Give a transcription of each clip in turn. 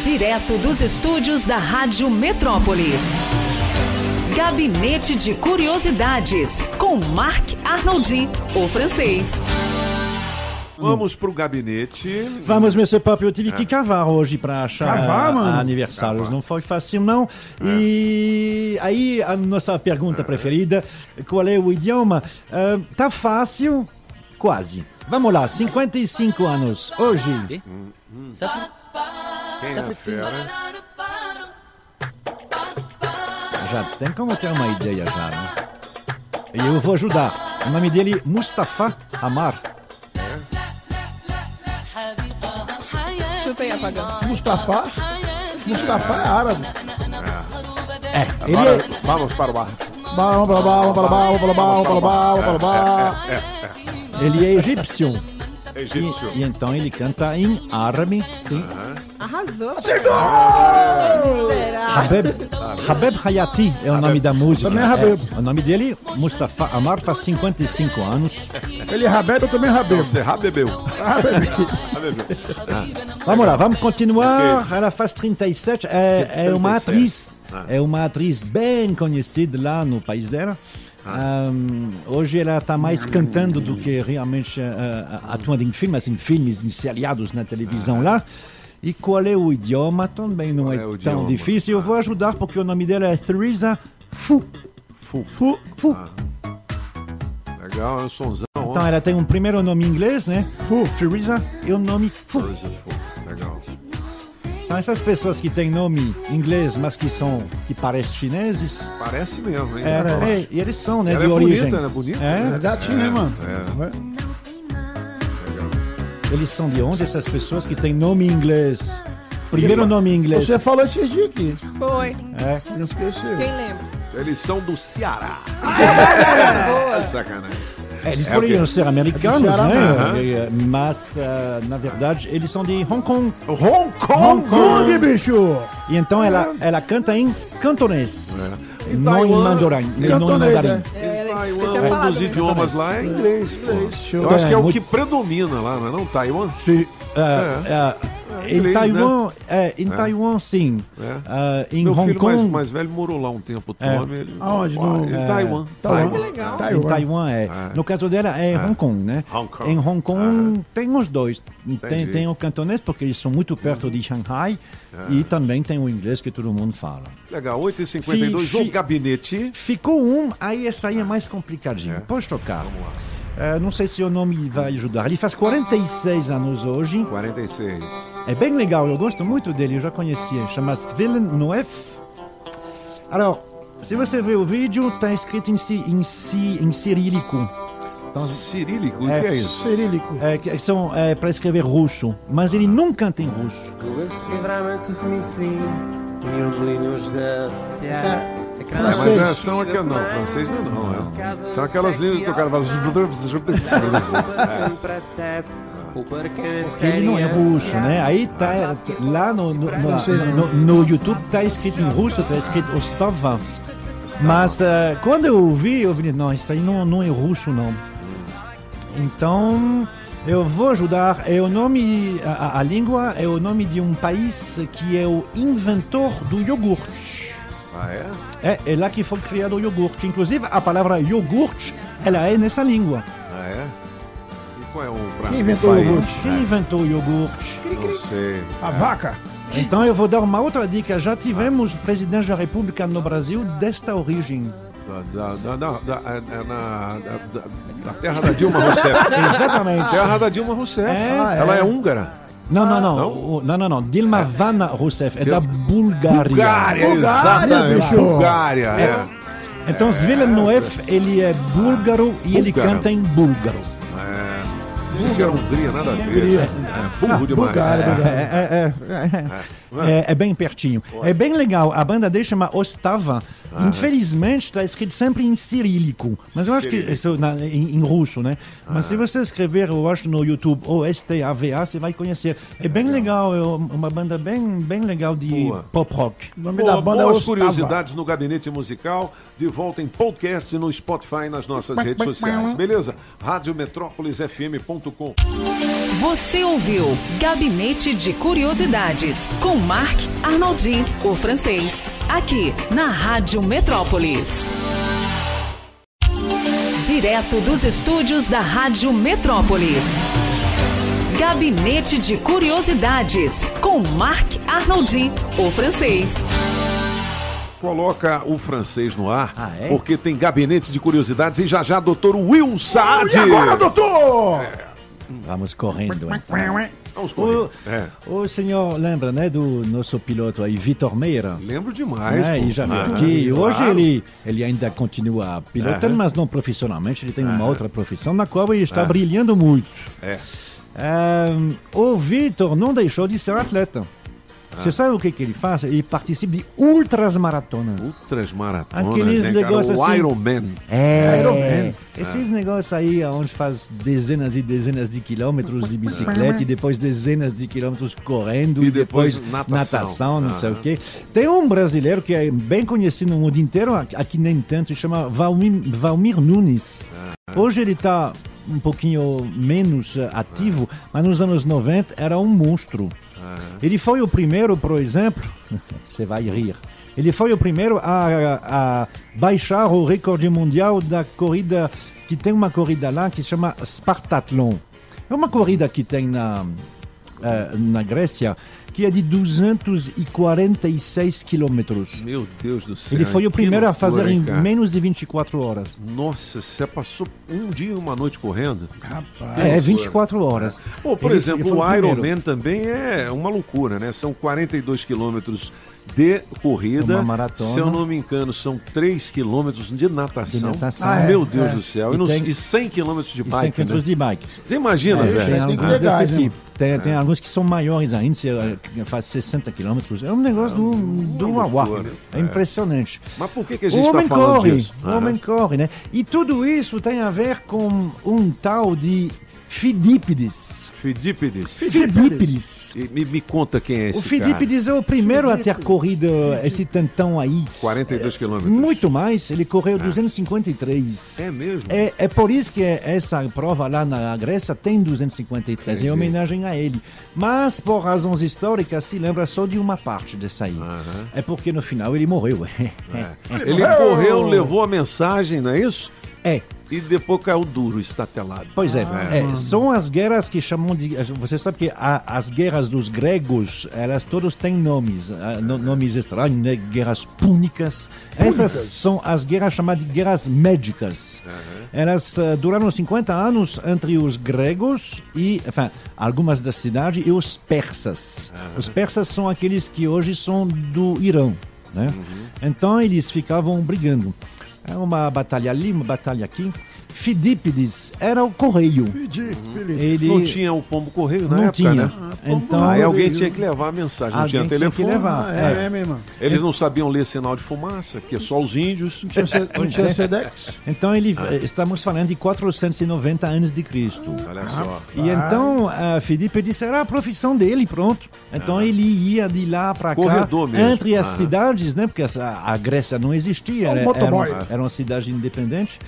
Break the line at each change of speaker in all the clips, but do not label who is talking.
Direto dos estúdios da Rádio Metrópolis. Gabinete de Curiosidades, com Marc Arnoldi, o francês.
Vamos pro gabinete.
Vamos, Monsieur Pop, eu tive que cavar hoje para achar
Cavar,
ah,
mano?
aniversários.
Cavar.
Não foi fácil, não. E aí, a nossa pergunta preferida, qual é o idioma? Ah, tá fácil? Quase. Vamos lá, 55 anos, hoje.
Safra,
Quem é a
safra fina.
fera?
Já tem como ter uma ideia já, né? E eu vou ajudar. O nome dele, Mustafa Amar.
Chupa aí, apagão.
Mustafa? Mustafa é árabe.
É, ele
Agora,
é...
vamos para o bar.
Balão, balabá, balabá, balabá, balabá, balabá.
Ele é egípcio. E,
Egípcio.
e então ele canta em árabe, sim.
Ah.
Arrasou.
Habeb, Habeb Hayati é o nome da música.
Também é Habeb.
o nome dele, Mustafa Amar, faz 55 anos.
Ele é rabebe, eu também rabebo.
Você já bebeu. Já bebeu.
Vamos lá, vamos continuar. Ela faz 37, é, é
37.
uma atriz.
Ah.
É uma atriz bem conhecida lá no país dela. Ahm, hoje ela está mais cantando do que realmente ah, ah, atuando em filmes, assim, filmes inseriados na televisão lá. E qual é o idioma? Também não é,
é o
tão
idioma?
difícil. Eu vou ajudar porque o nome dela é Theresa Fu. Fu. Fu. Fu.
Legal, é um sonzão.
Então ela tem um primeiro nome em inglês, né? Fu, Theresa, e o nome Fu.
Legal.
Então essas pessoas que têm nome em inglês, mas que são que parecem chineses,
Parece mesmo, hein?
é,
Ela-
é, e eles são, né,
Ela
de
é
origem.
bonita, ela é bonita,
É,
É gatinho, hein, mano?
eles são de onde essas pessoas que têm nome em inglês? Primeiro nome em inglês.
Você falou esses dias aqui.
Foi.
É.
Não esqueci.
Quem lembra?
Eles são do Ceará. É sacanagem.
É, Eles
É,
poderiam
ok.
ser americanos,
Ceará,
né?
aham.
E, eh, Mas ah, na verdade eles são de Hong Kong.
Hong Kong!
Hong Kong, bicho!
E então ela ela canta em cantonês,
É. Em né?
não em
Taiwan,
mandarim, não em
cantonês, né?
mandarim.
Em
era-
Taiwan,
eu tinha
um
falado,
dos
né?
idiomas lá é inglês. pô.
show.
Eu acho que é
É,
o
muito-
que predomina lá, não é? Não, Taiwan?
Sim. Ah, ah, em
É. Inglês, né?
Taiwan, é, em Taiwan, sim.
É.
Ah, em
Meu
Hong
filho
Kong,
mais, mais velho morou lá um tempo. Tome, ele...
Aonde?
Ah,
No-
Em
é,
Taiwan.
Taiwan.
legal.
em
tá
Taiwan é. No caso dela é Hong Kong, né?
Ah. Hong Kong. Ah.
Em Hong Kong tem os dois. Tem,
Entendi. Uhum.
tem o cantonês porque eles são muito perto de Shanghai
Ah.
e também tem o inglês que todo mundo fala.
Legal, 8h52,
Fi-
o
fi-
gabinete.
Ficou um, aí essa aí é mais complicadinho. Pode tocar. Ah, não sei se o nome vai ajudar. Ele faz 46 anos hoje.
46.
É bem legal, eu gosto muito dele, eu já conhecia. Chama-se Villain Noef. Alors, se você ver o vídeo, tá escrito em, ci, em, ci, em cirílico.
Cirílico, o
É.
que é isso?
Cirílico.
É, que são é, para escrever russo. Mas ele não canta em russo.
um É, mas
Francês.
é, são aquelas. Não, francês não, é não. é. São aquelas línguas que o cara fala.
Ele não é russo, né? Aí tá lá no, no, no, no- no YouTube tá escrito em russo, tá escrito Ostava. Mas eh, quando eu ouvi, eu falei, não, isso aí não, não é russo, não. Então, eu vou ajudar. É o nome, a, a- a língua é o nome de um país que é o inventor do iogurte.
Ah, é?
É, é lá que foi criado o iogurte. Inclusive, a palavra iogurte, ela é nessa língua.
Ah, é? E qual é o prato?
Quem inventou
do
o
país?
iogurte?
Quem inventou o iogurte?
Não sei.
A vaca.
Então eu vou dar uma outra dica. Já tivemos presidente da República no Brasil desta origem.
Da, da, da, da, da, é- é na, da, da, da terra da Dilma Rousseff.
Exatamente.
terra da Dilma Rousseff.
É?
Ah, Ela é húngara.
Não, não, não.
Não?
O- Não, não, não. Dilma Vana Rousseff é da Bulgária.
Bulgária,
exatamente.
bicho.
Bulgária, é.
Então Villeneuve, ele é búlgaro e ele
Búlgaro.
canta em búlgaro.
É. Búlgara, Hungria, nada a ver. É
Ah,
burro demais.
Bulgária,
É.
Bulgária.
É, é, é, é. É- é bem pertinho. É bem legal. A banda dele chama Ostava. Infelizmente, está escrito sempre em cirílico. Mas eu acho que
Cirílico.
isso na- em, em russo, né? Mas se você escrever, eu acho, no YouTube OSTAVA, você vai conhecer. É bem legal. É uma banda bem, bem legal de
Boa.
pop rock.
O nome
Boa,
da banda é
boas
Ostava.
curiosidades no Gabinete Musical, de volta em podcast no Spotify e nas nossas redes sociais. Beleza? Radiometrópolisfm.com.br Globoesporte.com.
Você ouviu Gabinete de Curiosidades com Marc Arnoldi, o francês, aqui na Rádio Metrópolis. Direto dos estúdios da Rádio Metrópolis. Gabinete de Curiosidades com Marc Arnoldi, o francês.
Coloca o francês no ar,
Ah, é?
porque tem gabinete de curiosidades e já já, doutor Will Saad.
E agora, doutor?
Vamos correndo. Então.
Não,
Vamos
O,
correr. É.
o senhor lembra, né, do nosso piloto aí, Vitor Meira?
Lembro demais.
né,
pô.
e já veio
Ah,
aqui. E hoje
claro.
ele, ele ainda continua pilotando,
Aham. Ah.
mas não profissionalmente. Ele tem uma outra profissão na qual ele está brilhando muito.
É.
Euh, o Vitor não deixou de ser um atleta.
Ah.
Você sabe o que, que ele faz? Ele participa de ultras maratonas.
Outras maratonas,
Aqueles
né, cara?
negócios
O
assim.
Iron Man.
É,
Iron Man.
esses negócios aí onde faz dezenas e dezenas de quilômetros de bicicleta e depois dezenas de quilômetros correndo
E
e
depois
depois,
natação.
natação, não sei o
Aham.
quê. Tem um brasileiro que é bem conhecido no mundo inteiro, a- aqui nem tanto, se chama Valmir, Valmir Nunes. Hoje ele está um pouquinho menos eh, ativo, mas nos anos 90 era um monstro. Ele foi o primeiro, por exemplo, você vai rir, ele foi o primeiro a, a baixar o recorde mundial da corrida, que tem uma corrida lá que se chama Spartathlon. É uma corrida que tem na, eh, na Grécia que é de 246 quilômetros.
Meu Deus do céu.
Ele foi o
É, que
primeiro a
loucura,
fazer em
hein, cara?
menos de 24 horas.
Nossa, você passou um dia e uma noite correndo?
Rapaz.
É, 24 horas.
Pô, por
Ele- ele
exemplo,
foi
o Iron
primeiro.
Man também é uma loucura, né? São 42 quilômetros de corrida.
Uma maratona.
Se eu não me engano, são 3 quilômetros de natação.
De natação.
Ah, é,
Meu Deus
é.
do céu. E,
E
não-
tem-
e 100 quilômetros de
E 100
bike, né?
quilômetros de bike.
Você imagina,
É,
velho? Ah.
tem,
tem que
alguns
pegar,
desse
né?
tipo. Tem-
É.
tem alguns que são maiores ainda, se, eh, que faz 60 quilômetros. É um negócio do, do
uma
uauá.
loucura.
É impressionante.
Mas por que que a gente tá
o homem
falando
corre,
disso?
O
Ah,
homem corre, né? E tudo isso tem a ver com um tal de Fidípides.
Fidípides.
Fidípides.
E Me, me conta quem é esse
O Fidípides é o primeiro a ter corrido esse tantão aí.
cara. 42 quilômetros.
Muito mais, ele correu 253.
É mesmo?
É, é por isso que essa prova lá na Grécia tem 253,
Entendi.
em homenagem a ele. Mas, por razões históricas, se lembra só de uma parte dessa aí. É porque no final ele morreu.
Ele correu, levou a mensagem, não é isso?
É,
E depois caiu duro, estatelado.
pois é.
É.
É, São as guerras que chamam de. Você sabe que a- as guerras dos gregos, elas todas têm nomes. ah, no- nomes estranhos, né? Guerras púnicas. Essas são as guerras chamadas de guerras médicas. Elas ah, duraram 50 anos entre os gregos e, enfim, algumas da cidade e os persas. Os persas são aqueles que hoje são do Irã. Né? Então eles ficavam brigando. É Uma batalha ali, uma batalha aqui. Fidípides era o correio.
Pedi, Felipe.
Ele
Não tinha o pombo correio na
não
época,
tinha.
né?
Então
Aí alguém
Correio.
tinha que levar a mensagem, não
Alguém
tinha
tinha
telefone.
que levar.
Ah,
É.
é, é, meu irmão.
Eles não sabiam ler sinal de fumaça, que é só os índios.
Não tinha, C- não tinha Sedex?
Então ele
Ah.
eh, estamos falando de 490 anos de Cristo.
Olha só.
E então ah, Filipe disse era a profissão dele, pronto. Então ele ia de lá para cá,
Ah. Corredor mesmo.
entre as
Ah.
cidades, né? Porque essa- a Grécia não existia,
É um
era, era,
motoboy.
uma, era uma cidade independente.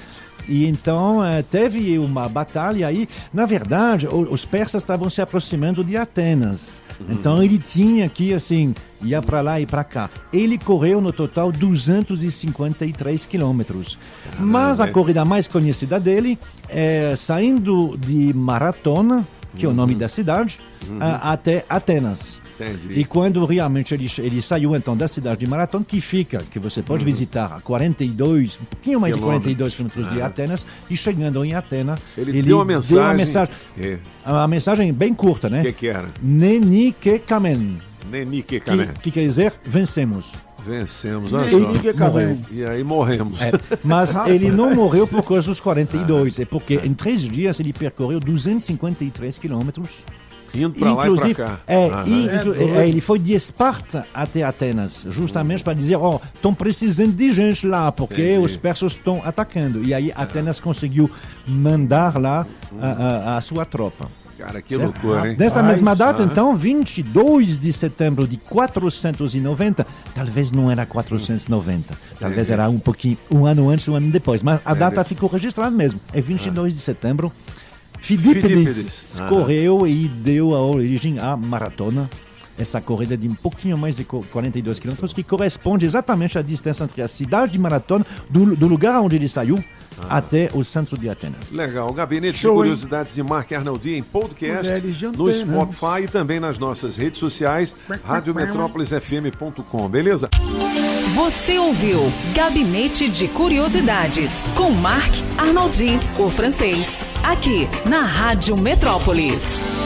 E então eh, teve uma batalha aí. Na verdade, o- os persas estavam se aproximando de Atenas. Então ele tinha que assim ia para lá e para cá. Ele correu no total 253 quilômetros. Mas a
hein?
corrida mais conhecida dele é saindo de Maratona, que é o nome da cidade, a- até Atenas.
Entendi.
E quando realmente ele, che- ele saiu então da cidade de Maratona, que fica, que você pode visitar a 42, um pouquinho mais
Uhum. Quilômetros. É.
de 42 quilômetros de Atenas, e chegando em Atenas,
Ele deu uma mensagem.
mensagem,
É.
uma mensagem bem curta,
O
né?
que, que era?
Neni que kamen,
Neni que
que,
cané.
que quer dizer vencemos.
né? Vencemos, olha
Nem
só.
liga, cabelo.
E aí morremos.
É, mas ele não morreu por causa dos 42, é porque em três dias ele percorreu 253 quilômetros.
Indo pra lá e pra cá. Ah,
é,
Aham.
e,
É
inclu-
doido.
é, ele foi de Esparta até Atenas, justamente para dizer, ó, estão precisando de gente lá, porque
Entendi.
os persas estão atacando. E aí Atenas conseguiu mandar lá a, a- a sua tropa.
Cara, que
Certo?
loucura, hein? ah.
Nessa
Rapaz,
mesma data, então, 22 de setembro de 490, talvez não era 490, talvez
Entendi.
era um pouquinho, um ano antes, um ano depois, mas
Entendi.
a
Ah.
data ficou registrada mesmo, é 22 de setembro Fidípedes
Fidípedes. Aham.
correu e deu a origem à maratona. Essa corrida de um pouquinho mais de co- 42 quilômetros, que corresponde exatamente à distância entre a cidade de Maratona, do, do lugar onde ele saiu, até o centro de Atenas.
Ah. Legal, gabinete
Show,
de
hein?
curiosidades de Mark Arnoldi em podcast,
Mulheres de
no
né?
antena.
Spotify e também nas nossas redes sociais,
tá né?
radiometrópolisfm.com, beleza?
Você ouviu Gabinete de Curiosidades com Marc Arnoldi, o francês, aqui na Rádio Metrópolis.